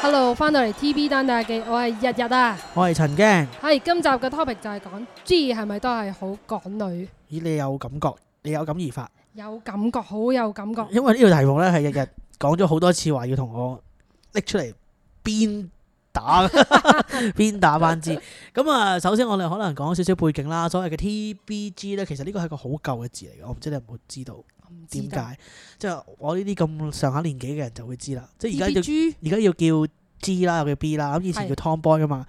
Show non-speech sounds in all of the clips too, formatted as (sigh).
Hello，翻到嚟 TV 單打記，我係日日啊。我係陳驚。係今集嘅 topic 就係講 G 係咪都係好港女，咦，你有感覺，你有感而發，有感覺，好有感覺。因為呢條題目咧係日日講咗好多次，話要同我拎出嚟邊打 (laughs) 邊打班字。咁啊，首先我哋可能講少少背景啦。所謂嘅 TBG 咧，其實呢個係一個好舊嘅字嚟嘅，我唔知你有冇知道我唔知點道解？即係我呢啲咁上下年紀嘅人就會知啦。即係而家要 TBG 而家要叫 G 啦，又叫 B 啦。咁以前係叫 Tomboy 噶嘛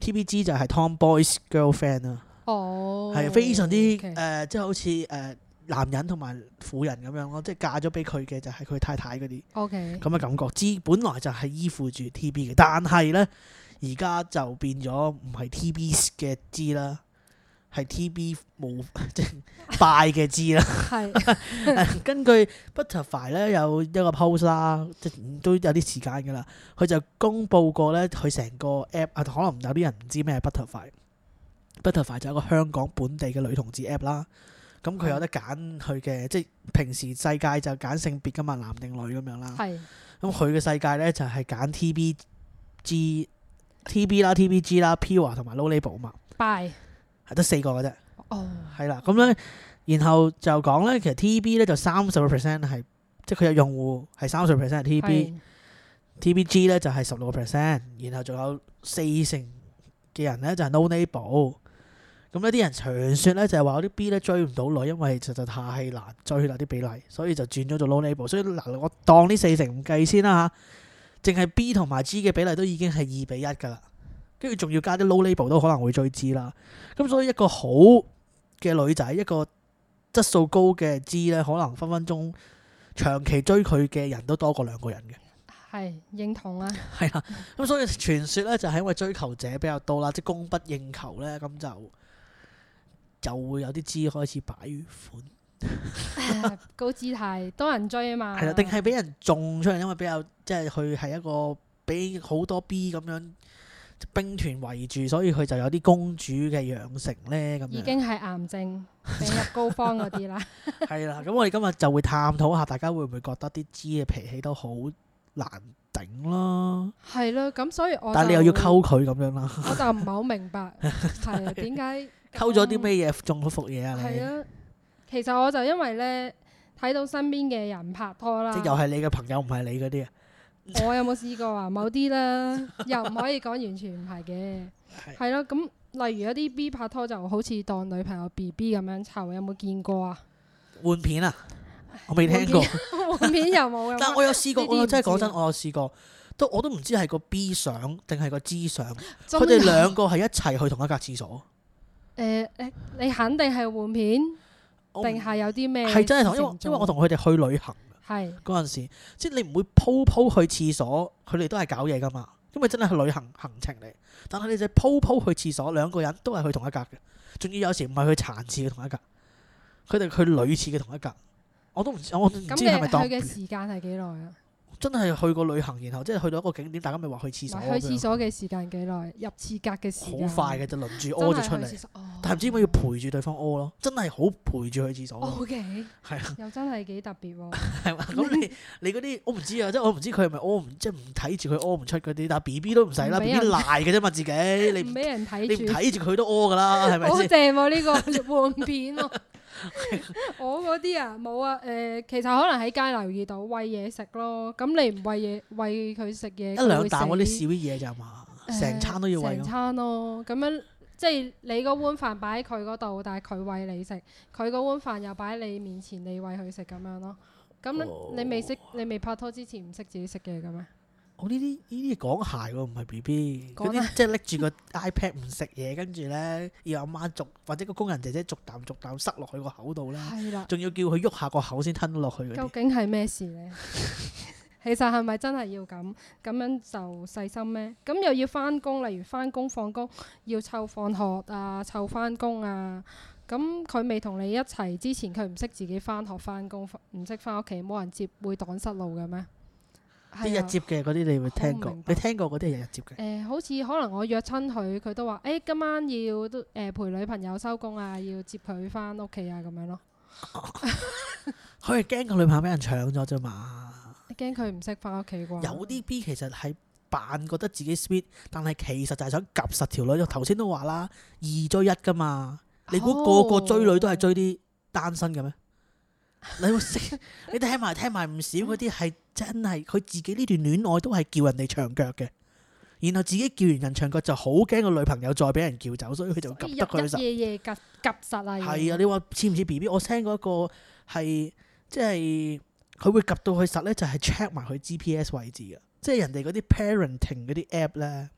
，TBG 就係 Tomboy's Girlfriend 啊啦。哦，係非常之誒 OK，即係好似誒、男人同埋婦人咁樣咯，即係嫁咗俾佢嘅就係佢太太嗰啲 OK，咁嘅感覺。之本來就係依附住 TB 嘅，但係咧而家就變咗唔係 TB 嘅知啦，係 TB 冇 (laughs) 即係拜嘅知啦。係根據 Butterfly 咧有一個 post 啦，即係都有啲時間㗎啦。佢就公佈過咧，佢成個 app 啊，可能有啲人唔知咩係 Butterfly。Butterfly 就係一個香港本地嘅女同志 app 啦。咁佢有得揀佢嘅，即係平時世界就揀性別㗎嘛，男定女咁樣啦。係咁佢嘅世界咧就係揀 TBG、TB 啦、TBG 啦、Pure 同埋 Low Label 啊嘛，拜係得四個嘅啫。哦，係啦，咁咧，然後就講咧，其實 TB 咧就三十個 percent 係，即係佢有用戶係三十 percent 係 TB。係 TBG 咧就係十六個 percent，然後仲有四成嘅人咧就係 no label。咁呢啲人長説咧就係話嗰啲 B 咧追唔到女，因為實在太難追啦啲比例，所以就轉咗做 no label。所以嗱，我當呢四成唔計先啦嚇，淨係 B 同埋 G 嘅比例都已經係二比一㗎啦。跟住仲要加啲 no label 都可能會追 G 啦。咁所以一個好嘅女仔，一個質素高嘅 G 咧，可能分分鐘長期追佢嘅人都多過兩個人嘅。係認同啊，係啦，咁所以傳說咧就係因為追求者比較多啦，即係供不應求咧，咁就就會有啲枝開始擺款， (laughs) 高姿態多人追啊嘛，係啦、定係俾人種出嚟，因為比較即係佢係一個俾好多 B 咁樣即係兵團圍住，所以佢就有啲公主嘅養成咧咁已樣。經係癌症病入膏肓嗰 (laughs) 啲啦，係啦，咁我哋今日就會探討下，大家會唔會覺得啲 G 嘅脾氣都好難頂啦？係咯，咁所以我但係你又就要溝佢咁樣啦，我就唔係好明白，係啊，點解 (laughs) 溝咗啲咩嘢中咗伏嘢啊係你？啊，其實我就因為咧睇到身邊嘅人拍拖啦即，係又係你嘅朋友，唔係你嗰啲啊？我有冇試過啊？某啲啦， (laughs) 又唔可以講完全唔係嘅，係係咯。咁例如一啲 B 拍拖就好似當女朋友 B B 咁樣湊，有冇見過 (laughs) 啊？換片啊，我未聽過，換片又冇但嘅，我有試過，呢啲唔我真係講知啊真，我有試過，都我都唔知係個 B 相定係個 G 相，真佢哋係兩個係一齊去同一間廁所，誒誒，你肯定係換片，我唔定係有啲咩？係真係同，因為因為我同佢哋去旅行係嗰陣時，即係你唔會鋪鋪去廁所，佢哋都係搞嘢噶嘛，因為真係去旅行行程嚟，但係你就鋪鋪去廁所，兩個人都係去同一格嘅，仲要有時唔係去殘廁嘅同一格，佢哋去女廁嘅同一格，我都唔知，我都唔咁知係咪嘅佢當嘅時間係幾耐啊？真係去過旅行，然後即係去到一個景點，大家咪話去廁所咁去樣。廁所嘅時間幾耐？入廁格嘅時間好快嘅就輪住屙咗出嚟，哦但係唔知點解要陪住對方屙咯，真係好陪住去廁所咯， O K，哦係啊，又真係幾特別喎。係嘛？ (laughs) 咁你你嗰啲我唔知啊，即係我唔知佢係咪屙唔即係唔睇住佢屙唔出嗰啲，但係 B B 都唔使啦唔，B 俾 B 人 (laughs) 賴嘅啫嘛，自己 (laughs) 你唔唔俾人你唔睇住，睇住佢都屙㗎 (laughs) 啦，係咪好先？正喎 (laughs) 呢個換片喎。 (laughs) 我嗰啲啊冇啊，誒其實可能喺街留意到餵嘢食咯，咁你唔餵嘢餵佢食嘢，一佢會兩啖嗰啲死小嘢咋嘛，誒成餐都要喂成咁。餐咯，咁樣即係你個碗飯擺喺佢嗰度，但係佢餵你食，佢個碗飯又擺喺你面前，你餵佢食咁樣咯。哦咁你未識，你未拍拖之前唔識自己食嘢嘅咩？我哦呢啲呢啲講鞋喎，唔係 B B 嗰講啊啲即係拎住個 iPad 唔食嘢，跟住咧要阿媽逐或者個工人姐姐逐啖逐啖塞落去個口度咧，係啦，仲要叫佢喐下個口先吞落去嗰啲究。竟係咩事呢？ (laughs) 其實係咪真係要咁咁樣就細心咩？咁又要翻工，例如翻工放工要湊放學啊，湊翻工啊。咁佢未同你一齊之前，佢唔識自己翻學翻工，唔識翻屋企，冇人接會擋失路嘅咩？啲係日啊。接嘅嗰啲你會聽我唔過明，白你聽過嗰啲係日接嘅誒、。好似可能我約親佢，佢都話：誒、今晚要都誒、陪女朋友收工啊，要接佢翻屋企啊，咁樣咯。佢係驚個女朋友俾人搶咗啫嘛。驚佢唔識翻屋企啩？有啲 B 其實係扮覺得自己 sweet，但係其實就係想夾實條女。頭先都話啦，二追一噶嘛，你估個個追女都係追啲單 (laughs) 身嘅咩？你會識？你聽埋聽埋唔少嗰啲係真係佢自己呢段戀愛都係叫人哋長腳嘅，然後自己叫完人長腳就好驚個女朋友再俾人叫走，所以佢就所以及日得佢實日。夜夜夾夾實啊！要係啊，你話似唔似 B B？我 send 過一個係即係佢會及到佢實咧，就係 check 埋佢 G P S 位置嘅，即係人哋嗰啲 parenting 嗰啲 app 咧，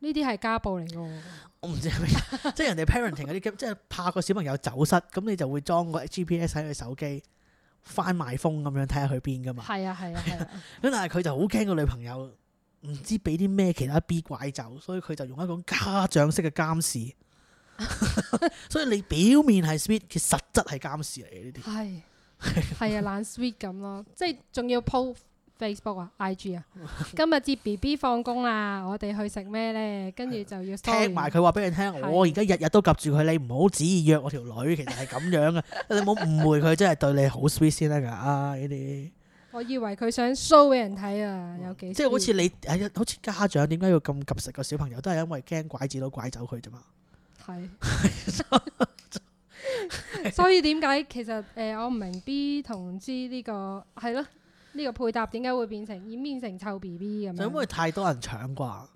呢啲係家暴嚟嘅喎。我唔 (laughs) 知係咩，即係人哋 parenting 嗰啲 app，即係怕個小朋友走失，咁你就會裝個 G P S 喺佢手機翻埋風咁樣睇下去邊噶嘛。係啊係啊 (laughs) 係啊！咁但係佢就好驚個女朋友唔知俾啲咩其他 B 拐走，所以佢就用一種家長式嘅 (laughs) 監視。所以你表面係 sweet，其實實質係監視嚟嘅呢啲。係係啊，懶 sweet 咁咯，即係仲要 po Facebook 啊、IG (laughs) 啊。今日接 B B 放工啦，我哋去食咩咧？跟住就要 story 啊聽埋佢話俾你聽，係我而家日日都及住佢，你唔好旨意約我條女，其實係咁樣嘅，你唔好誤會佢，真係對你好 sweet 先得㗎啊！呢啲我以為佢想 show 俾人睇啊，有幾即係好 sweet 似你係啊好似家長點解要咁及實個小朋友，都係因為驚拐子佬拐走佢啫嘛。 (laughs) 係。所以點解其實誒、呃我唔明 B 同 G 呢、個係咯呢個配搭點解會變成演變成臭 B B 咁就因為樣？太多人搶啩，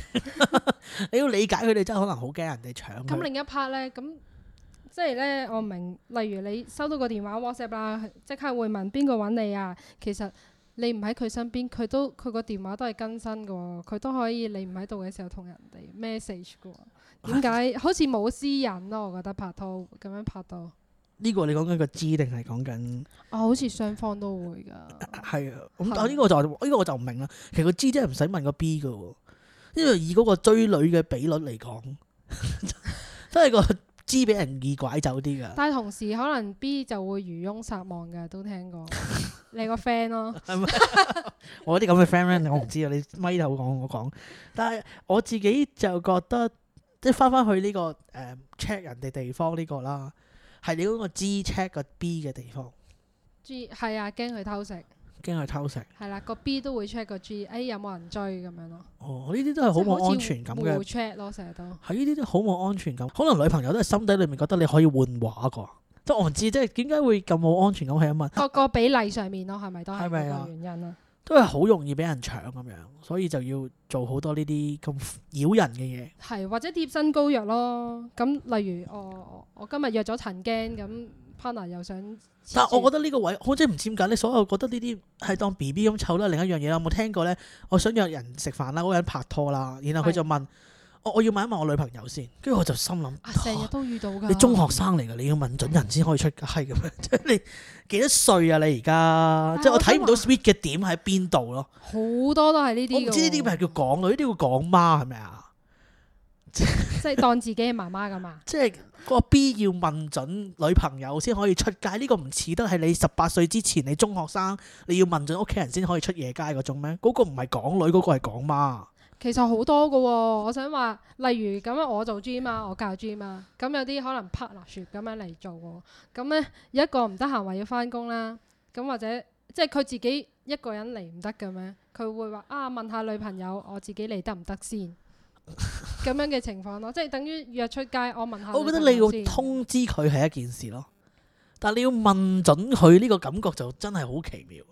(laughs) 你要理解佢哋真係可能好驚人哋搶咁佢。另一 part 咧，咁即係咧我唔明，例如你收到個電話 WhatsApp 啦，即刻會問邊個揾你啊？其實你唔喺佢身邊，佢都佢個電話都係更新嘅喎，佢都可以你唔喺度嘅時候同人哋 message 嘅喎。點解好似冇私隱咯？我覺得拍拖咁樣拍到。呢個你講緊個知定係講緊啊，好似雙方都會㗎。係啊？咁係但呢個就呢個我就唔明啦。其實個知真係唔使問個 B 嘅喎，因為以嗰個追女嘅比率嚟講， (laughs) 真係個知俾人易拐走啲㗎。 (laughs) 但係同時可能 B 就會漁翁撒網㗎，都聽 (laughs) 過。你個 friend 咯， (laughs) 我啲咁嘅 friend 咧，我唔知啊。你咪頭講我講，但係我自己就覺得，即係翻翻去呢、個誒 check、人哋地方呢個啦，係你嗰個 G check 個 B 嘅地方， G 係啊，驚佢偷食，驚佢偷食。係啦，個 B 都會 check 個 G，哎有冇人追咁樣咯，哦，呢啲都係好即係好似冇安全感嘅，互 check 咯，成日都 (laughs) 係呢啲都好冇安全感。可能女朋友都係心底裡面覺得你可以換畫啩，即係我唔知，即係點解會咁冇安全感係因為個個比例上面咯，係咪都係係咪啊嗰個原因啊？都係好容易俾人搶咁樣，所以就要做好多呢啲咁擾人嘅嘢。係或者貼身膏藥咯，咁例如我我我今日約咗陳驚，咁 partner 又想黐住，但係我覺得呢個位，我真係唔知點解咧。所有覺得呢啲係當 B B 咁湊啦。另一樣嘢啦，有冇聽過咧？我想約人食飯啦，嗰個人拍拖啦，然後佢就問我，我要問一問我女朋友先。跟住我就心諗，啊成日都遇到㗎，你中學生嚟㗎，你要問準人先可以出街咁樣。即係你幾多歲啊？你而家但係即係我我想睇唔到 sweet 嘅點喺邊度咯。好多都係呢啲我唔㗎喎。知呢啲咪叫港女，呢啲叫港媽係咪啊？即係當自己係媽媽咁啊？即係個 B 要問準女朋友先可以出街，呢、個唔似得係你十八歲之前你中學生，你要問準屋企人先可以出夜街嗰種咩？嗰、個唔係港女，嗰、個係港媽。其實好多㗎喎、我想話，例如咁樣我做 gym 啊，我教 gym 啊，咁有啲可能 partnership 咁樣嚟做喎，咁咧有一個唔得閒話要翻工啦，咁或者即係佢自己一個人嚟唔得嘅咩？佢會話啊問下女朋友，我自己嚟得唔得先？咁樣嘅情況咯，即係等於約出街，我問下。我覺得你要，通知佢係一件事咯，但你要問準佢呢個感覺就真係好奇妙。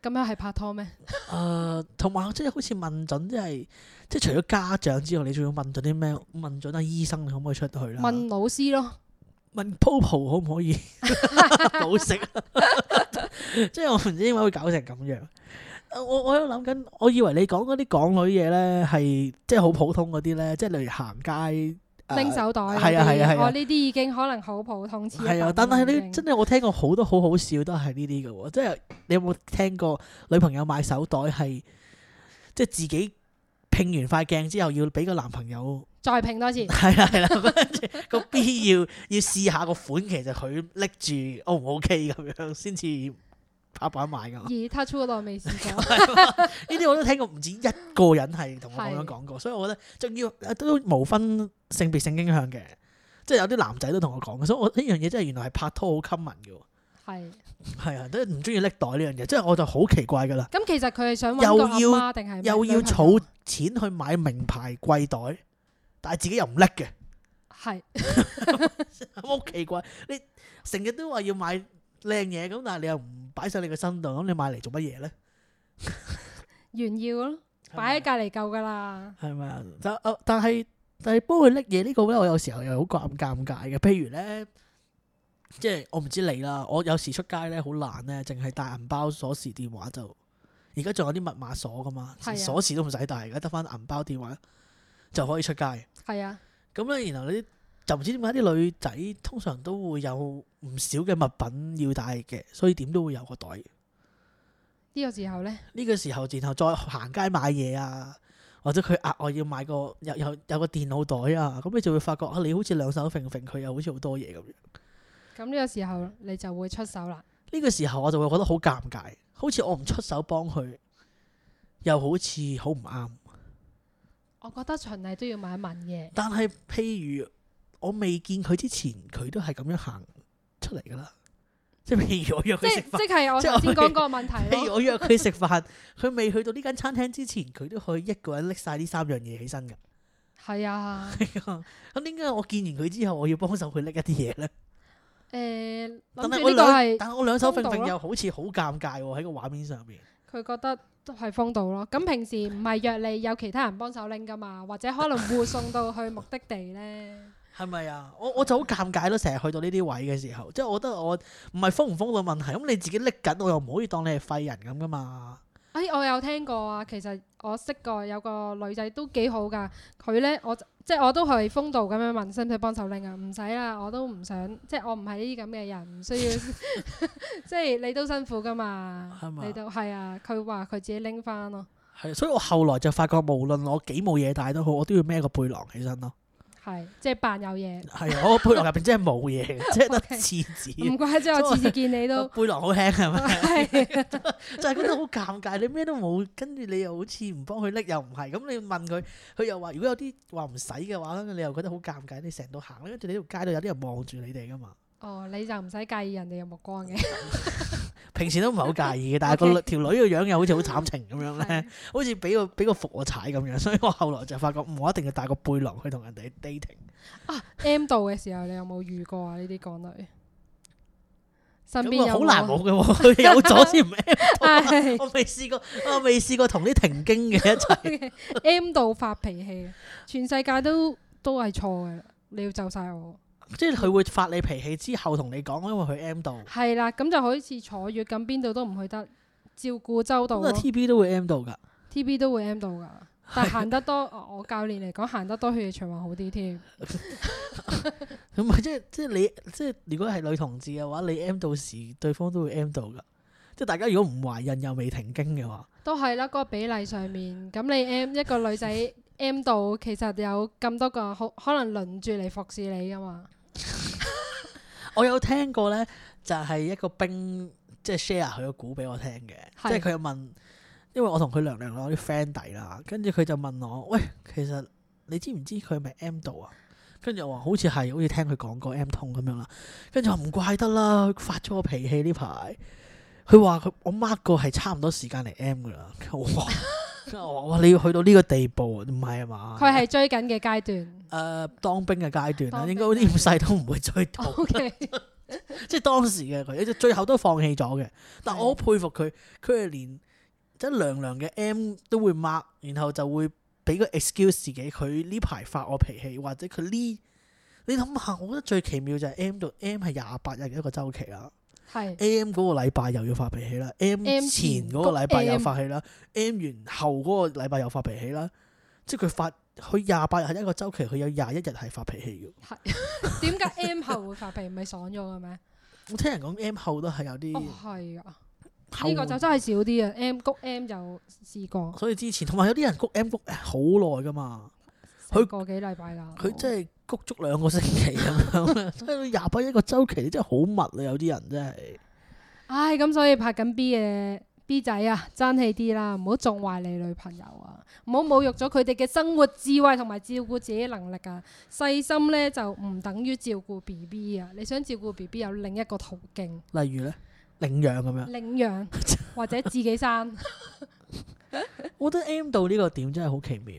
咁樣係拍拖咩？啊誒，同埋即係好似問準，即係即係除咗家長之外，你仲要問準啲咩？問準啊醫生，你可唔可以出去啦？問老師咯，問 Popo 可 (laughs) 唔可以冇食？ (laughs) 即係我唔知點解會搞成咁樣。呃我我喺度諗緊，我以為你講嗰啲港女嘢咧，係即係好普通嗰啲咧，即係例如行街呃拎手袋嗰啲，係啊係啊係啊我呢啲已經可能好普通，黐一係啊，白但咁係已經你真係我聽過好多好好笑都係呢啲嘅喎，即係你有冇聽過女朋友買手袋係即係自己拼完塊鏡之後要俾個男朋友再拼多次。係啦係啦，跟住個 B 要要試下個款，其實佢拎住 O 唔 OK 咁樣先至拍板買 (laughs) 噶嘛。而 touch wood 我未試過。呢啲我都聽過唔止一個人係同我咁樣講過，所以我覺得仲要呃都無分性別性傾向嘅，即係有啲男仔都同我講嘅，所以我呢樣嘢真係原來係拍拖好 common 嘅喎。係。係啊，都唔中意拎袋呢樣嘢，即係我就好奇怪噶啦，咁其實佢係想揾又個阿要媽定係又咩要女朋友儲錢去買名牌貴袋，但係自己又唔拎嘅，係好奇怪！你成日都話要買靚嘢，咁但係你又唔擺上你個身度，咁你買嚟做乜嘢咧？炫耀咯，擺喺隔離夠噶啦。係咪啊？但啊但係但係幫佢拎嘢呢個咧，我有時候又好尷尷尬嘅。譬如咧，即係我唔知你啦，我有時出街咧好懶咧，淨係帶銀包、鎖匙、電話就。而家仲有啲密碼鎖噶嘛，係啊鎖匙都唔使帶，而家得翻銀包、電話就可以出街。係啊，咁咧，然後呢，就唔知點解啲女仔通常都會有唔少嘅物品要帶嘅，所以點都會有個袋。呢個時候呢，呢個時候，然後再行街買嘢啊，或者佢額外要買個有有有個電腦袋啊，咁你就會發覺啊，你好似兩手揈揈，佢又好似好多嘢咁樣。咁呢個時候你就會出手啦。呢個時候我就會覺得好尷尬，好似我唔出手幫佢，又好似好唔啱。我覺得循例都要問一問嘅。但係譬如我未見佢之前，佢都係咁樣行出嚟噶啦，即係譬如我約即佢食飯。即係我即係頭先我哎講嗰個問題 (laughs) 譬如咯。我約佢食飯，佢未去到呢間餐廳之前，佢都可以一個人拎晒呢三樣嘢起身㗎。係 (laughs) 啊，咁點解我見完佢之後，我要幫手去拎一啲嘢咧？誒但諗係住我呢個兩，係但係我兩手揈公道揈咯又好似好尷尬喎，喺個畫面上面。佢覺得都係風度咯。咁平時唔係約你有其他人幫手拎噶嘛，或者可能護送到去目的地呢。係咪啊？我我就好尷尬咯，成日去到呢啲位嘅時候，即係我覺得我唔係封唔封到問題，咁你自己拎緊，我又唔可以當你係廢人咁噶嘛。哎，我有聽過啊，其實我識過有個女仔都幾好噶，佢呢，我即係我都係風度咁樣問，使唔使幫手拎啊？唔使啦，我都唔想，即係我唔係呢啲咁嘅人，唔需要， (laughs) (laughs) 即係你都辛苦噶嘛係，嘛你都係啊，佢話佢自己拎翻咯，係，所以我後來就發覺，無論我幾冇嘢帶都好，我都要孭個背囊 (laughs) 起身咯。係即係扮有 (laughs) 嘢，係啊，我個背囊入邊真係 (laughs) 冇嘢嘅，即係得 OK 廁紙。唔怪之我次次見你 (laughs) 都個背囊好輕啊係咪？係就係覺得好尷尬，你咩都冇，跟住你又好似唔幫佢拎，又唔係。咁你問佢，佢又話如果有啲話唔使嘅話，你又覺得好尷尬。你成度行，跟住你條街度有啲人望住你哋噶嘛。哦，你就唔使介意人哋嘅目光嘅， (laughs) 平時都唔係好介意嘅，但係個 OK 女條女個樣又好似好慘情咁樣咧係， (laughs) 好似俾個俾個服我踩咁樣。所以我後來就發覺，嗯我一定要帶個背囊去同人哋 dating。 M 度嘅時候，你有冇遇過啊？呢啲港女身邊咁啊有好難冇 (laughs) 冇嘅喎，佢有咗先唔啊 (laughs) M 係 (laughs) 到啊。我未試過，我未試過同啲停經嘅一齊。 (laughs) M 度發脾氣，全世界都都係錯嘅，你要就晒我。即係佢會發你脾氣之後同你講，因為佢 M 到，啊係啦，咁就好似坐月咁，邊度都唔去得，照顧周到咁啊咯。 TB 都會 M 到㗎。 TB 都會 M 到㗎，但係行得 (laughs) 多，哦我教練嚟講行得多血液循環好啲添。咁啊，即係即係你即係如果係女同志嘅話，你 M 到時對方都會 M 到㗎。即係大家如果唔懷孕又未停經嘅話，都係啦，嗰、個比例上面，咁你 M 一個女仔 M 到，其實有咁多個好可能輪住嚟服侍你㗎嘛。我有聽過咧，就係一個兵即係 share 佢個股俾我聽嘅，即係係佢又問，因為我同佢娘娘攞啲 friend 底啦，跟住佢就問我，喂，其實你知唔知佢係咪 M 到啊？跟住我話好似係，好似聽佢講過 M 痛咁樣啦。跟住我話唔怪得啦，佢發咗我脾氣呢排。佢話佢我 mark 過係差唔多時間嚟 M 噶啦。跟住我話跟住我話哇你要去到呢個地步，唔係啊嘛？佢係追緊嘅階 (laughs) 段。誒、當兵嘅階段啦，啊當應兵哦該啲咁細都唔會追到。 O K，即係當時嘅佢，最後都放棄咗嘅。但我好佩服佢，佢係連即係娘娘嘅 M 都會 mark，然後就會俾個 excuse 自己，佢呢排發我脾氣，或者佢呢。你諗下，我覺得最奇妙就係 M 到 M 係廿八日嘅一個周期啦 (laughs) 係，M 嗰個禮拜又要發脾氣啦，M 前嗰個禮拜又發氣啦，M 完後嗰個禮拜又發脾氣啦，即係佢發佢廿八日係一個周期，佢有廿一日係發脾氣嘅。點解 M 後會發脾氣？唔係爽咗嘅咩？我聽人講 M 後都係有啲哦，係啊，後呢個就真係少啲啊。M 谷 M 就試過，所以之前同埋有啲人谷 M 谷呃好耐噶嘛，佢佢個幾禮拜㗎。佢真係谷足兩個星期咁 (laughs) 樣，所以你廿八一個周期，你真係好密啊！有啲人真係唉，咁所以拍緊 B 嘅 B 仔啊，爭氣啲啦，唔好縱壞你女朋友啊，唔好侮辱咗佢哋嘅生活智慧同埋照顧自己能力啊。細心呢就唔等於照顧 B B 啊，你想照顧 B B 有另一個途徑，例如咧領養咁樣，領養或者自己生。 (laughs) 我覺得 M 度呢個點真係好奇妙，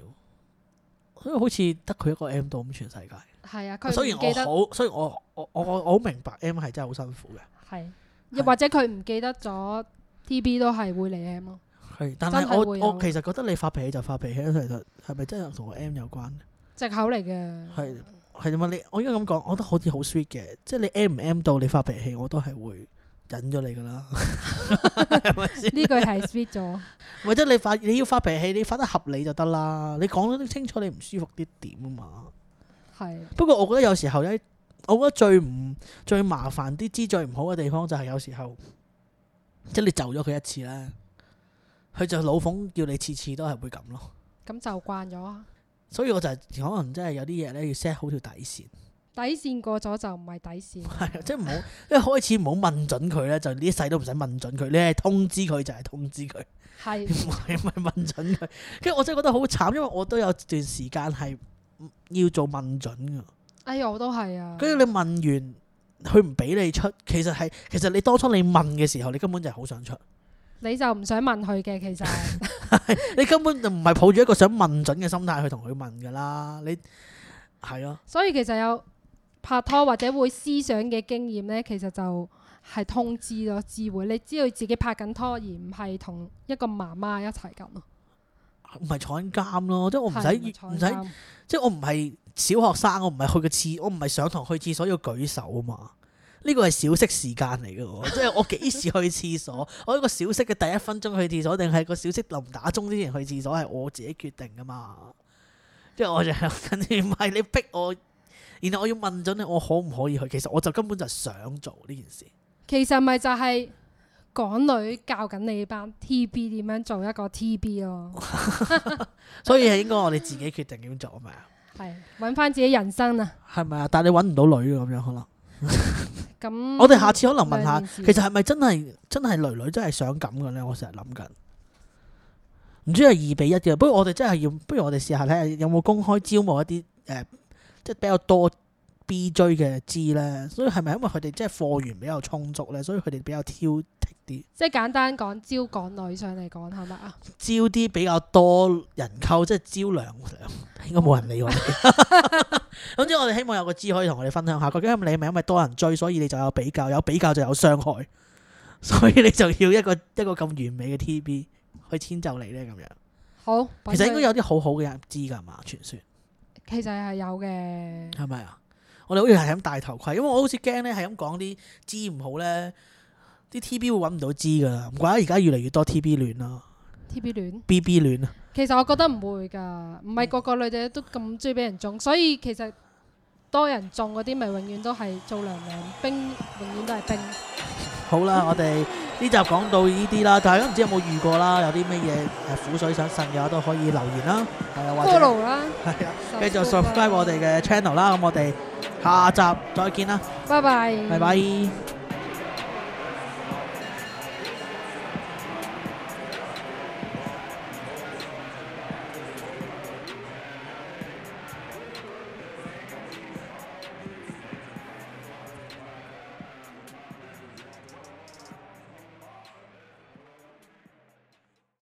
因為好似得佢一個 M 度咁全世界。係啊，佢唔雖然記得我好，雖然我我我我我好明白 M 係真係好辛苦嘅，係，又或者佢唔記得咗 T B 都係會嚟 M 咯。係。但真係係我會有我其實覺得你發脾氣就發脾氣，其實係咪真係同個 M 有關呢？藉口嚟嘅，係係點啊？你我應該咁講，我覺得好似好 sweet 嘅，即係你 M 唔 M 到你發脾氣，我都係會忍咗你噶啦， (laughs) 係咪先？呢句係 sweet 咗， (laughs) 或者你發你要發脾氣，你發得合理就得啦。你講得清楚你唔舒服啲點啊嘛。係不過我覺得有時候咧，我覺得最唔最麻煩啲之最唔好嘅地方就係有時候，即係你就咗佢一次咧，佢就老奉叫你次次都係會咁咯。咁就慣咗啊。所以我就係可能真係有啲嘢咧要 set 好條底線，底線過咗就唔係底 (laughs) 線，係啊即係唔好一開始唔好問準佢咧，就呢一世都唔使問準佢，你係通知佢就係通知佢。係唔係唔係問準佢，跟住我真係覺得好慘，因為我都有段時間係要做問準㗎。哎呀，我都係啊。跟住你問完，佢唔俾你出，其實係其實你當初你問嘅時候，你根本就係好想出，你就唔想問佢嘅，其 (laughs) 實你根本就唔係抱住一個想問準嘅心態去同佢問㗎啦。你係啊咯，所以其實有拍拖或者會思想嘅經驗呢，其實就係通知咯，知會你知道自己拍緊拖，而唔係同一個媽媽一齊緊咯。唔係坐緊監咯，即係我唔係咪使坐唔使，監即係我唔係小學生，我唔係去個廁，我唔係上堂去廁所要舉手啊嘛。呢個係小息時間嚟嘅喎，即係我幾時去廁所，我一個小息嘅第一分鐘去廁所，定係個小息臨打鐘之前去廁所，係我自己決定噶嘛。即係我就係跟住唔係你逼我，然後我要問準你我可唔可以去，其實我就根本就係想做呢件事。其實咪就係港女教緊你班 TB 點樣做一個 TB 咯，所以係應該我哋自己決定點做啊嘛，係揾翻自己人生啊。係咪啊？但係你揾唔到女嘅咁樣可能。咁我哋下次可能問下，嗯兩件事其實係咪真係真係女女真係想咁嘅咧？我成日諗緊，唔知係二比一嘅。不過我哋真係要，不如我哋試下睇下有冇公開招募一啲誒、呃即係比較多 B 追嘅資咧。所以係咪因為佢哋即係貨源比較充足咧，所以佢哋比較挑剔啲，即係簡單講，招港女上嚟講係咪啊？招啲比較多人溝，即係招娘娘，應該冇人理我哋。總之我哋希望有個資可以同我哋分享下，究竟你係咪因為多人追，所以你就有比較，有比較就有傷害，所以你就要一個一個咁完美嘅 TB 去遷就你呢？咁樣。好，其實應揾該佢有啲好好嘅人知㗎嘛，傳說其實係有嘅，係咪啊？我哋好似係咁戴頭盔，因為我好似驚咧係咁講啲知唔好咧，啲 TB 會揾唔到知㗎啦。唔怪得而家越嚟越多 TB 戀啦 TB 戀。 ，BB 戀啊，其實我覺得唔會㗎，唔係個個女仔都咁中意俾人中，所以其實多人中嗰啲咪永遠都係做娘娘兵，永遠都係兵。好啦，我哋呢集講到呢啲啦，大家唔知有冇遇過啦，有啲咩嘢誒苦水想呻嘅話都可以留言啦，係啊，或者 follow 啦，係啊，繼續 subscribe 我哋嘅 channel 啦，咁我哋下集再見啦，拜拜，拜拜。